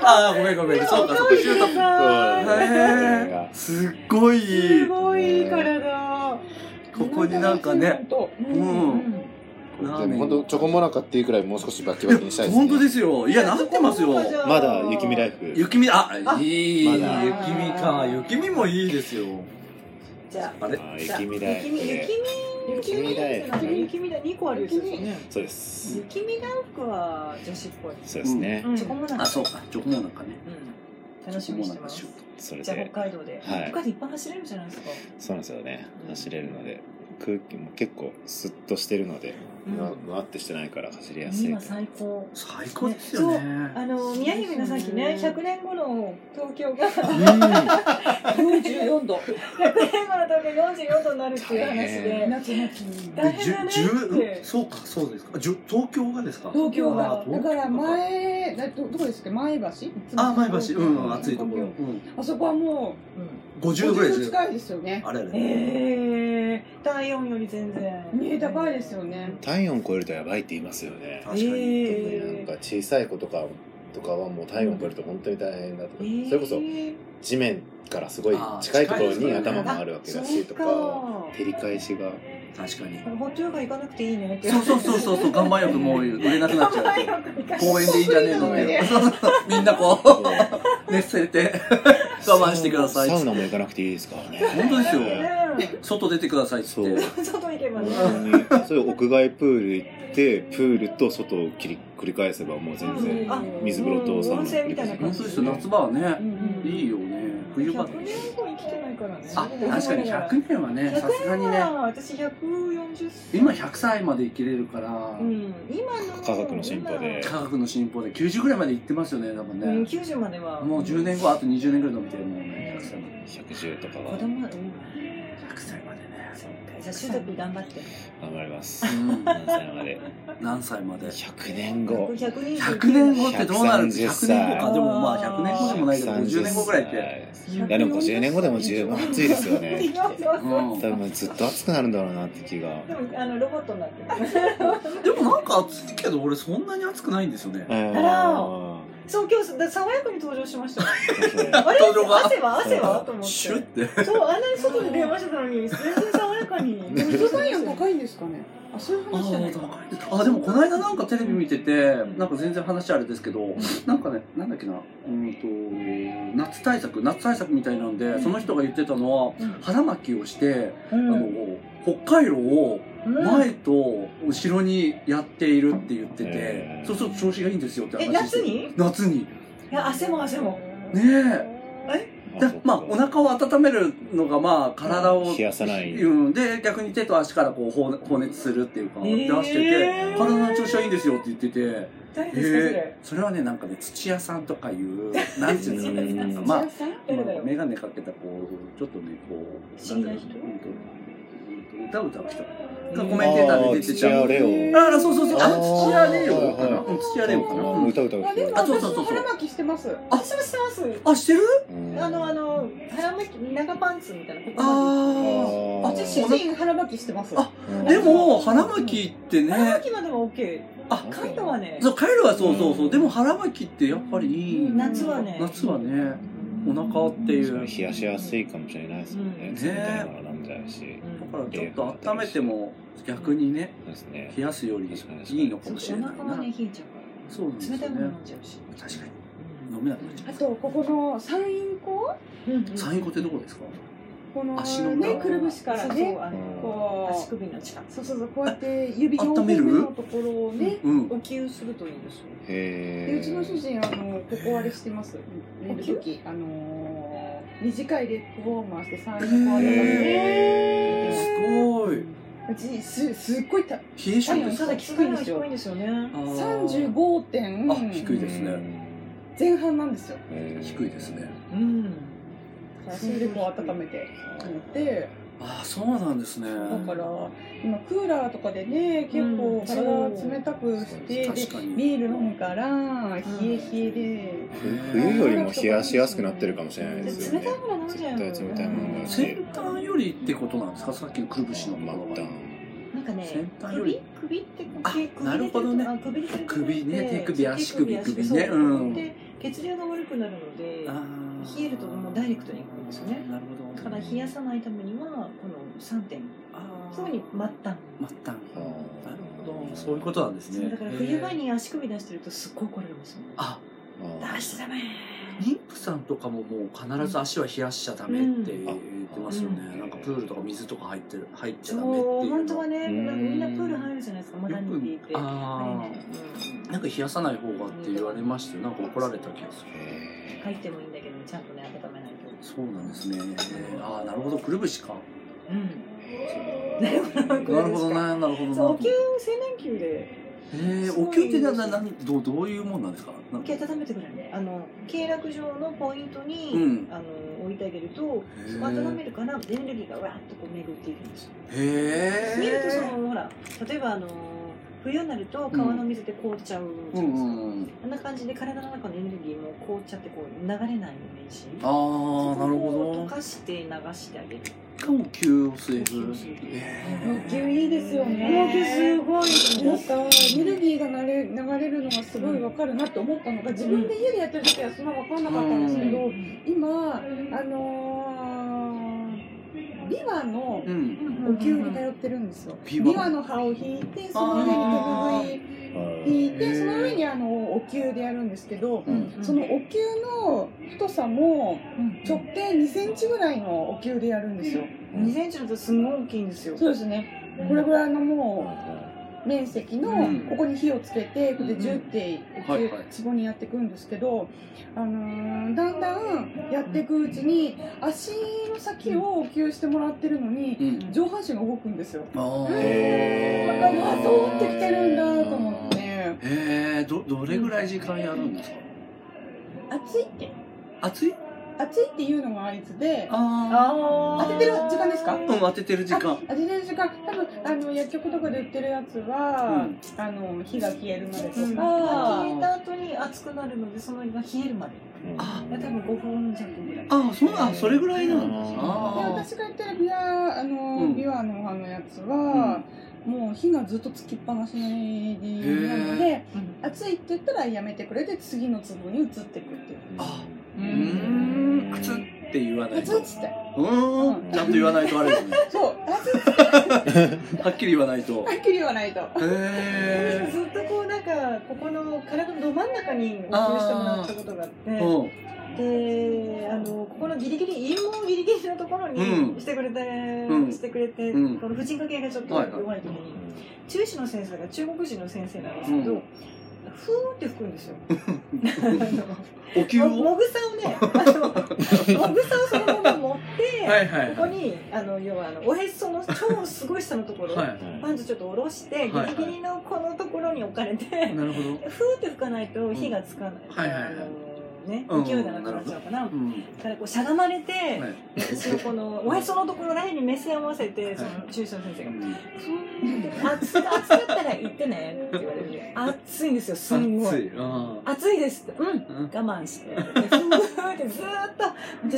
Speaker 2: *laughs* あー、ごめんごめん。そうか、そうか。シュートへーすっごい
Speaker 6: すごい体
Speaker 2: ここになんかね、
Speaker 7: 本当。
Speaker 2: うん。ラ
Speaker 5: で
Speaker 2: ーメ
Speaker 5: も
Speaker 2: ン
Speaker 5: 本当チョコモナカっていうくらいもう少しバッキバキにしたいです、ね。
Speaker 2: 本当ですよいやなってますよ
Speaker 5: まだ雪見ライ
Speaker 6: フ。
Speaker 5: フ。
Speaker 2: 雪見あいい
Speaker 5: ま
Speaker 2: 雪見
Speaker 5: だ
Speaker 2: か雪見もいいですよ
Speaker 6: じゃあ、
Speaker 2: あれ
Speaker 5: あー
Speaker 6: じゃあ
Speaker 5: 雪見ライフ
Speaker 6: 雪見、雪
Speaker 5: で。
Speaker 6: 見、
Speaker 5: 雪見ライフ
Speaker 6: 雪見雪見だ、二個あるやつですよね。
Speaker 5: そうです。
Speaker 6: 雪見大福は女子っぽい。
Speaker 5: そうですね。
Speaker 6: チョコモナカ
Speaker 2: あ。そうかチョコモナカね
Speaker 6: うん。楽しみにしてます。
Speaker 5: それ
Speaker 6: じゃあ
Speaker 5: で、
Speaker 6: 北海道で。
Speaker 5: はい
Speaker 6: 北海道いっぱい走れるじゃないですか。
Speaker 5: そうなんですよね。走れるので、空気も結構スッとしてるので、
Speaker 6: うん
Speaker 5: うわうわってしてないから走りやすい
Speaker 6: 今。最高。
Speaker 2: 最高ですよね
Speaker 6: あの宮姫のさっきね、100年後の東京が100
Speaker 1: 44度。
Speaker 6: 年
Speaker 5: う
Speaker 6: 後の東京44度になるっていう話で、
Speaker 1: 夏夏に
Speaker 6: 大変だね
Speaker 2: じゅじゅ
Speaker 6: って
Speaker 2: そうかそうですかじゅ東京がですか
Speaker 6: 東京が
Speaker 2: あ
Speaker 7: だ
Speaker 2: 東京
Speaker 7: から前だどどこですっけ前橋
Speaker 2: あ前橋うん暑いところうん
Speaker 7: あそこはもう
Speaker 2: 50ぐらいです
Speaker 7: 50近いですよね
Speaker 2: あれあれ
Speaker 6: えー、体温より全然。
Speaker 7: ね高いですよね
Speaker 5: ん体温超えるとやばいって言いますよね。
Speaker 2: 確かに
Speaker 5: 特になんか小さい子とかとかはもう体温超えると本当に大変だとか、それこそ地面からすごい近いところに頭もあるわけだしとか、照り返し
Speaker 2: *laughs*
Speaker 5: が。
Speaker 2: 確かに
Speaker 6: 本当よく行かなくていいねって。
Speaker 2: そうそうそうそう
Speaker 6: *laughs*
Speaker 2: そう岩盤浴もう売れなくなっちゃうって
Speaker 6: 岩盤浴行かなくていい
Speaker 2: 公園でいいんじゃねえのってそうそうそう *laughs* みんなこ
Speaker 5: こ
Speaker 2: う
Speaker 5: う
Speaker 2: 熱せれ
Speaker 6: *laughs*
Speaker 2: て我慢してください
Speaker 5: サ
Speaker 2: っ
Speaker 5: ウ
Speaker 2: て
Speaker 5: ナも行かなくていいですからね。
Speaker 2: *laughs* 本当ですよ
Speaker 6: ね
Speaker 2: 外出てくださいっつっ
Speaker 5: そう
Speaker 2: て
Speaker 6: 外行けばね。
Speaker 5: 本当にそういう屋外プール行って、プールと外を切り繰り返せばもう全然
Speaker 6: あ
Speaker 5: 水風呂とサウナ
Speaker 6: 温泉みたいな
Speaker 2: 本
Speaker 6: 感
Speaker 2: 当
Speaker 6: じ
Speaker 2: ですよ夏場はね
Speaker 6: うん
Speaker 2: いいよね冬場
Speaker 6: 100年後生きてないからね。
Speaker 2: あ確かに100年はねさすがにね
Speaker 6: 私140歳。
Speaker 2: 今100歳までいけれるから
Speaker 6: うん、今の
Speaker 5: 科学の進歩で
Speaker 2: 科学の進歩で90ぐらいまでいってますよね多分
Speaker 6: うん、
Speaker 2: ね
Speaker 6: 90までは
Speaker 2: もう10年後あと20年ぐらい伸びてるもんね100歳まで
Speaker 5: 110とか
Speaker 6: 子
Speaker 5: は
Speaker 6: 供はどう
Speaker 2: 100歳までね
Speaker 6: そうかじゃあ習得頑張って
Speaker 5: 頑張ります。
Speaker 2: うん
Speaker 5: 何歳まで。
Speaker 2: 何歳まで
Speaker 5: 100年後。
Speaker 2: 100
Speaker 6: 100
Speaker 2: 年後ってどうなるん
Speaker 5: 130
Speaker 2: 100
Speaker 5: 歳
Speaker 2: 年後かでもまあ100年後でもないけど50
Speaker 5: 130
Speaker 2: 年後ぐらいって
Speaker 5: 歳いやでも50年後でも十分暑いですよ
Speaker 6: *laughs*
Speaker 5: ね。
Speaker 6: そうそう
Speaker 2: う
Speaker 6: そ
Speaker 2: ん
Speaker 5: 多分ずっと暑くなるんだろうなって気が
Speaker 6: う。でもあのロボットになってる
Speaker 2: でもなんか暑いけど俺そんなに暑くないんですよね
Speaker 5: あ
Speaker 6: そう今日だ爽やかに登場しましたよ
Speaker 5: ら
Speaker 6: あれ
Speaker 2: 登場が
Speaker 6: 汗は汗はと思って
Speaker 2: シ
Speaker 6: そ
Speaker 2: ュって
Speaker 6: うあんなに外で電話してたのに全然爽やかに
Speaker 7: でも基礎体温高いんですかねあそういう
Speaker 2: あ
Speaker 7: 話じゃない
Speaker 2: ー高いですあでもこの間なんかテレビ見ててなんか全然話あれですけどなんかねなんだっけなうんと夏対策夏対策みたいなんでその人が言ってたのは
Speaker 6: うん
Speaker 2: 腹巻きをして
Speaker 6: う
Speaker 2: あ
Speaker 6: ん
Speaker 2: の北海道を
Speaker 6: うん
Speaker 2: 前と後ろにやっているって言って
Speaker 5: へ
Speaker 2: て
Speaker 5: ー
Speaker 2: そうすると調子がいいんですよって話
Speaker 6: え
Speaker 2: して
Speaker 6: 夏に
Speaker 2: 夏に
Speaker 6: いや汗も汗も
Speaker 2: ねえだまあお
Speaker 5: 腹
Speaker 2: 腹を温めるのがまあ体を
Speaker 5: 冷やさない。
Speaker 2: うん、で逆に手と足からこう放放熱するっていうか、
Speaker 6: えー
Speaker 2: 出してて体の調子はいいんですよって言っててへ
Speaker 6: 誰ですかそ
Speaker 2: え
Speaker 6: れ
Speaker 2: それはねなんかね土屋さんとかいうなんていうんです *laughs* かね
Speaker 5: うん
Speaker 2: なんかまあ
Speaker 7: 土屋さん
Speaker 6: 誰だろう
Speaker 2: 眼鏡かけたこうちょっとねこう
Speaker 6: 不思議な人
Speaker 2: うんとうんと歌歌う人がコメンテーターで出て
Speaker 5: あー土屋
Speaker 2: た
Speaker 5: レオ
Speaker 2: ああそうそうそうあ土屋レオか
Speaker 5: はい
Speaker 2: な
Speaker 5: はい
Speaker 2: うん土屋レオかなうん
Speaker 5: 歌歌う
Speaker 7: あでも
Speaker 2: あ
Speaker 7: 私
Speaker 2: そうそうそうそう
Speaker 7: も腹巻きしてます
Speaker 6: 私も知ってます
Speaker 2: あしてる
Speaker 6: あのあの腹巻き長パンツみたいなここま
Speaker 2: あ
Speaker 5: あ
Speaker 7: 私主人腹巻きしてます
Speaker 2: あーでも腹巻きって
Speaker 6: で腹
Speaker 2: ね
Speaker 6: 巻きまでも OK
Speaker 2: あ
Speaker 6: カイトはね
Speaker 2: そう帰るはそうそうそう、
Speaker 5: うん
Speaker 2: でも腹巻きってやっぱりいい
Speaker 6: 夏はね
Speaker 2: 夏はねお腹っていうだか
Speaker 5: 冷やしやすいかもしれないですもん
Speaker 6: う
Speaker 5: ね。
Speaker 6: ん
Speaker 5: 冷たいもの飲んじゃうし。
Speaker 2: らちょっと温めても逆にね
Speaker 5: そうですね。
Speaker 2: 冷やすよりいいのかもしれ
Speaker 6: お
Speaker 2: ない
Speaker 6: 腹
Speaker 2: な
Speaker 6: はね冷えちゃう
Speaker 2: そうなんです
Speaker 6: から冷た
Speaker 2: よ
Speaker 6: いもの飲
Speaker 2: ね
Speaker 6: んじゃうし
Speaker 2: 確かに飲めなくなっちゃ
Speaker 7: あとここの山陰港
Speaker 2: う山陰湖ってどこですか
Speaker 7: この
Speaker 2: 足の裏
Speaker 7: ねくるぶしから
Speaker 6: そうそう
Speaker 7: ね
Speaker 6: あの
Speaker 7: こ
Speaker 6: 足
Speaker 7: う
Speaker 6: 首の近く
Speaker 7: そうそうそうこうやって指
Speaker 2: あ温
Speaker 7: 4
Speaker 2: め
Speaker 7: 本目
Speaker 2: る
Speaker 7: のところをね
Speaker 2: うん
Speaker 6: お給するといいんですよ
Speaker 7: で
Speaker 5: へ
Speaker 7: うちの主人あのここ割れしてます寝る時あのー短いレッグウォーマーして山陰港
Speaker 5: ー
Speaker 7: 温めて
Speaker 5: へー
Speaker 2: すごいう
Speaker 7: ちすすっごいた
Speaker 2: 冷え性です
Speaker 6: た
Speaker 2: か
Speaker 6: だ気づかない低いんですよね
Speaker 2: あー
Speaker 7: 35
Speaker 2: あ低い
Speaker 7: 点
Speaker 2: ですね
Speaker 7: 前半なんですよ
Speaker 5: へー
Speaker 2: 低いですね
Speaker 6: うん
Speaker 7: それでこう温めてで
Speaker 2: ああそうなんですね
Speaker 7: だから今クーラーとかでね結
Speaker 6: う
Speaker 7: 構
Speaker 6: ん
Speaker 7: 体を冷たくして
Speaker 2: 確
Speaker 7: で
Speaker 2: かに
Speaker 7: ビール飲むから冷え冷えで
Speaker 5: 冬よりも冷やしやすくなってるかもしれないですよね。
Speaker 6: 冷たいもの飲んじゃうよね
Speaker 5: 絶対冷たいもの飲んじゃうし
Speaker 2: 先端よりってことなんですかさっきのくるぶしのところ
Speaker 5: 末
Speaker 2: が
Speaker 5: 端。
Speaker 6: なんかね
Speaker 2: 先端よ
Speaker 6: 首
Speaker 2: り
Speaker 6: 首ってこう
Speaker 2: あ
Speaker 6: 首
Speaker 2: なるほどね
Speaker 6: あ首に
Speaker 2: 首ね手首足首
Speaker 6: 手
Speaker 2: 首ね
Speaker 6: そう
Speaker 2: うん
Speaker 6: で血流が悪くなるので
Speaker 2: あー
Speaker 6: 冷えるともうダイレクトにいくんですよね
Speaker 2: なるほど
Speaker 6: だから冷やさないためにはこの3点
Speaker 2: あー
Speaker 6: 特に末端
Speaker 2: 末端
Speaker 5: あー
Speaker 2: なるほどどそういうことなんです
Speaker 6: そう
Speaker 2: ね
Speaker 6: だから冬場に足首出してるとすっごい怒られますよね
Speaker 2: あ
Speaker 6: 出しちゃダメ
Speaker 2: 妊婦さんとかももう必ず足は冷やしちゃダメって言ってますよね、
Speaker 5: うん
Speaker 2: なんかプールとか水とか入ってる入っちゃダメって
Speaker 6: そう
Speaker 2: いう
Speaker 6: 本当はね
Speaker 5: うん
Speaker 6: みんなプール入るじゃないですかマダニティって
Speaker 2: よく
Speaker 6: あれ
Speaker 2: あ
Speaker 6: ね
Speaker 2: あなんか冷やさない方がって言われましたよなんか怒られた気がする
Speaker 6: うん入ってもいいんだけどちゃんとね温めないと
Speaker 2: そうなんですねああなるほどくるぶしか
Speaker 6: うん
Speaker 5: なるほど
Speaker 2: なるほどねなるほどな
Speaker 6: そうお灸洗面灸で
Speaker 2: えー、お灸ってなななどうどういうもんなんですかなん
Speaker 6: お
Speaker 2: か
Speaker 6: 灸温めてくれるねあの経絡上のポイントに、
Speaker 2: うん
Speaker 6: あの置いてあげると温めるからエネルギーがわーっとこう巡っていくんですよ
Speaker 2: へえ
Speaker 6: 見るとそのほら例えばあの冬になると川の水で凍っちゃうじ
Speaker 2: う
Speaker 6: ゃない
Speaker 2: ん
Speaker 6: ですか、
Speaker 2: うんうん
Speaker 6: あんな感じで体の中のエネルギーも凍っちゃってこう流れないようにし
Speaker 2: ああなる
Speaker 6: そこを溶
Speaker 2: ほ
Speaker 6: かして流してあげる
Speaker 2: どお灸を据える
Speaker 7: お
Speaker 2: え
Speaker 7: 灸いいですよ
Speaker 6: 儲けす
Speaker 7: ね
Speaker 6: ごい
Speaker 7: なんかエネルギーがなれ流れるのがすごいわかるなって思ったのが自分で家でやってる時はそんなわかんなかったんですけど今あのー、ビワの
Speaker 2: ーうん
Speaker 7: お灸に通ってるんですよ
Speaker 2: ビ
Speaker 7: ビ
Speaker 2: ワ
Speaker 7: ワの葉を引いてその上に手拭い引いてその上にあのお灸でやるんですけど
Speaker 2: うん
Speaker 7: そのお灸の太さも直
Speaker 6: と
Speaker 7: 径2センチぐらいのお灸でやるんですよ
Speaker 6: 2センチのとすごい大きいんですよ
Speaker 7: そうですねこれぐらいのもう面積の
Speaker 2: うん
Speaker 7: ここに火をつけて、これでジュッて
Speaker 2: はいはい
Speaker 7: 壺にやっていくんですけど、あのーだんだんやっていくうちに足の先を給してもらってるのに
Speaker 2: うん
Speaker 7: 上半身が動くんですよ。
Speaker 2: あー
Speaker 5: へ
Speaker 7: だ
Speaker 5: ー
Speaker 7: からまあ通ってきてるんだと思って
Speaker 2: へえどどれぐらい時間やるんですか
Speaker 7: 暑いって
Speaker 2: 暑い
Speaker 7: 暑いっていうのが合図で
Speaker 2: あ
Speaker 6: あ
Speaker 7: 当ててる時間ですか
Speaker 2: あうん当ててる時間
Speaker 7: 当ててる時間多分あの薬局とかで売ってるやつは、あの火が消えるまでと
Speaker 6: うん、
Speaker 7: か、
Speaker 6: 消えた後に熱くなるのでそのが冷えるまで
Speaker 2: あ
Speaker 6: 多分5分弱ぐらい
Speaker 2: あそうあそれぐらいなんです
Speaker 7: で
Speaker 2: あ
Speaker 7: 私がやってるビアあの、
Speaker 2: うん
Speaker 7: ビワのお花のやつは、もう火がずっとつきっぱなしなので
Speaker 6: うん
Speaker 7: 暑いって言ったらやめてくれて次の壺に移っていくっていう
Speaker 2: うーん暑って言わない
Speaker 7: 熱
Speaker 2: と
Speaker 7: っつって
Speaker 2: うーんちゃんと言わないとあれですね
Speaker 7: そう熱っつっ
Speaker 2: はっきり言わないと
Speaker 7: てはっきり言わないと
Speaker 2: へえ
Speaker 6: ずっとこうなんかここの体のど真ん中にお灸してもらったことがあって
Speaker 2: うん
Speaker 6: であのここのギリギリ陰謀ギリギリのところ
Speaker 2: うん
Speaker 6: にしてくれて、
Speaker 2: うん
Speaker 6: してくれて、
Speaker 2: うん
Speaker 6: この婦人科系がちょっと
Speaker 2: はいはい
Speaker 6: 弱い時に、中止の先生が中国人の先生なんですけど、
Speaker 2: うん
Speaker 6: ふーって吹くん
Speaker 2: *laughs*
Speaker 6: ですよあ
Speaker 2: お灸
Speaker 6: の
Speaker 2: を
Speaker 6: もぐさをね
Speaker 2: *laughs*
Speaker 6: あのもぐさをそのまま持って、
Speaker 2: はいはい
Speaker 6: ここにあの要はあのおへその超すごい下のところ、
Speaker 2: は
Speaker 6: パンツちょっと下ろしてギ
Speaker 2: はいはい
Speaker 6: リギリのこのところに置かれて、
Speaker 2: いなるほど
Speaker 6: ふーって吹かないと火がつかない、
Speaker 2: はいはいは
Speaker 6: あ
Speaker 2: いうん
Speaker 6: のね勢いがなくなっちゃうかな、
Speaker 2: うん
Speaker 6: だからこうしゃがまれて、
Speaker 2: はい
Speaker 6: 私のこのおへそのところらへんに目線を合わせてその中小先生が「暑暑かったら行ってね」って言われる暑いんですよすんご
Speaker 2: 暑
Speaker 6: い
Speaker 2: いうん
Speaker 6: 暑いですってうん
Speaker 2: うん
Speaker 6: 我慢
Speaker 2: *laughs*
Speaker 6: してふーってずーっと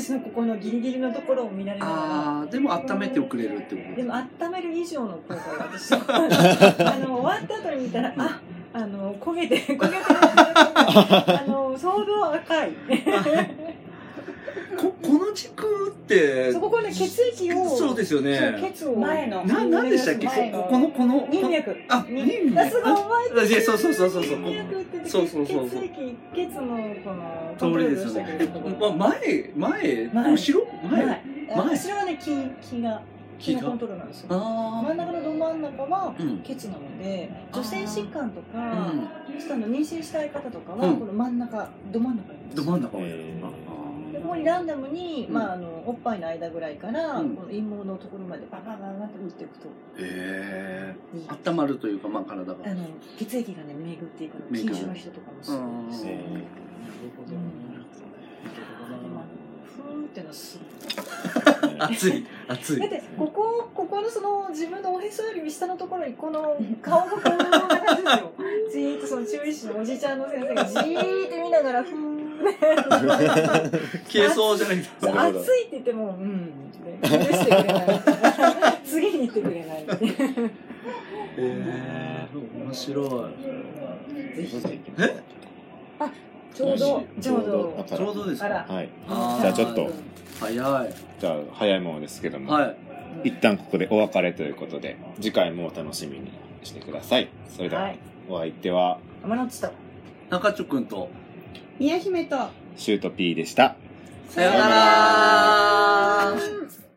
Speaker 6: 私のここのギリギリのところを見られながら。
Speaker 2: ああでも温めておくれるってこと
Speaker 6: でも温める以上の効果が
Speaker 2: *laughs*
Speaker 6: 私あの終わった後に見たらああの焦げて焦げてるあの相当赤い
Speaker 2: ここの軸って
Speaker 6: そここね血液を
Speaker 2: そうですよ
Speaker 6: そう
Speaker 2: ね
Speaker 6: 血を
Speaker 7: 前の
Speaker 2: な何でしたっけこ
Speaker 7: 前の
Speaker 2: ここのこの
Speaker 6: 人脈
Speaker 2: あ
Speaker 6: さ
Speaker 2: 人脈
Speaker 6: すがお前
Speaker 2: いやそうそうそうそうそ
Speaker 6: 人
Speaker 2: う
Speaker 6: 脈って言って
Speaker 2: そうそうそうそう
Speaker 6: 血液血のこのコン
Speaker 2: 通
Speaker 6: トロ
Speaker 2: り
Speaker 6: ー
Speaker 2: で
Speaker 6: ルを
Speaker 2: す
Speaker 6: し
Speaker 2: よ
Speaker 6: てく
Speaker 2: ね
Speaker 6: れ
Speaker 2: え
Speaker 6: るところ
Speaker 2: ま前前
Speaker 6: 前
Speaker 2: 後ろ前
Speaker 6: はい
Speaker 2: 前
Speaker 6: 後ろはね気気が気
Speaker 2: 気
Speaker 6: の
Speaker 2: が
Speaker 6: コントロールなんですよ
Speaker 2: あ
Speaker 6: 真ん
Speaker 2: あ
Speaker 6: 中のど真ん中は
Speaker 2: うん
Speaker 6: 血なので女性疾患と
Speaker 2: う
Speaker 6: か
Speaker 2: ん
Speaker 6: ちょっとあの妊娠したい方とかは、
Speaker 2: うん
Speaker 6: この真ん中ど真ん中なんです
Speaker 2: ど真ん中をやる
Speaker 5: えー
Speaker 2: あー
Speaker 6: でここにランダムに、
Speaker 2: うん
Speaker 6: まあ、あのおっぱいの間ぐらいから、
Speaker 2: うん
Speaker 6: この陰毛のところまでバババババって打っていくと
Speaker 2: へ
Speaker 6: いい
Speaker 2: え温まるというかまあ体が
Speaker 6: あの血液がね巡っていくの
Speaker 2: 巡
Speaker 6: 近
Speaker 2: る
Speaker 6: 所の人とかもす
Speaker 2: う
Speaker 6: ご
Speaker 2: ん
Speaker 6: いです
Speaker 5: ね
Speaker 6: ふーってのはす
Speaker 2: 暑い暑
Speaker 6: ごいだっ
Speaker 2: い
Speaker 6: てここここのその自分のおへそより下のところにこの *laughs* 顔がこんな感じです
Speaker 2: *laughs*
Speaker 6: よじーっとその注意師のおじちゃんの先生がじーって見ながらふ *laughs*
Speaker 2: *laughs*
Speaker 6: ーって
Speaker 2: 軽装じゃなくて
Speaker 6: そう
Speaker 5: なるほど
Speaker 6: 暑いって言ってもうん許してくれない
Speaker 5: *laughs*
Speaker 6: 次に行ってくれない
Speaker 2: へー面白い
Speaker 7: ちょうど
Speaker 5: ちょうど
Speaker 2: ちょうどです
Speaker 6: あ
Speaker 2: から
Speaker 5: はい
Speaker 2: あー
Speaker 5: じゃあちょっと
Speaker 2: 早い
Speaker 5: じゃあ早いものですけども
Speaker 2: はい
Speaker 5: 一旦ここでお別れということで、次回もお楽しみにしてください。それでは、
Speaker 6: はい
Speaker 5: お相手は、
Speaker 6: 山之内と
Speaker 2: 中ちょくんと、
Speaker 7: 宮姫と
Speaker 5: シュート P でした。
Speaker 2: さようなら
Speaker 7: うん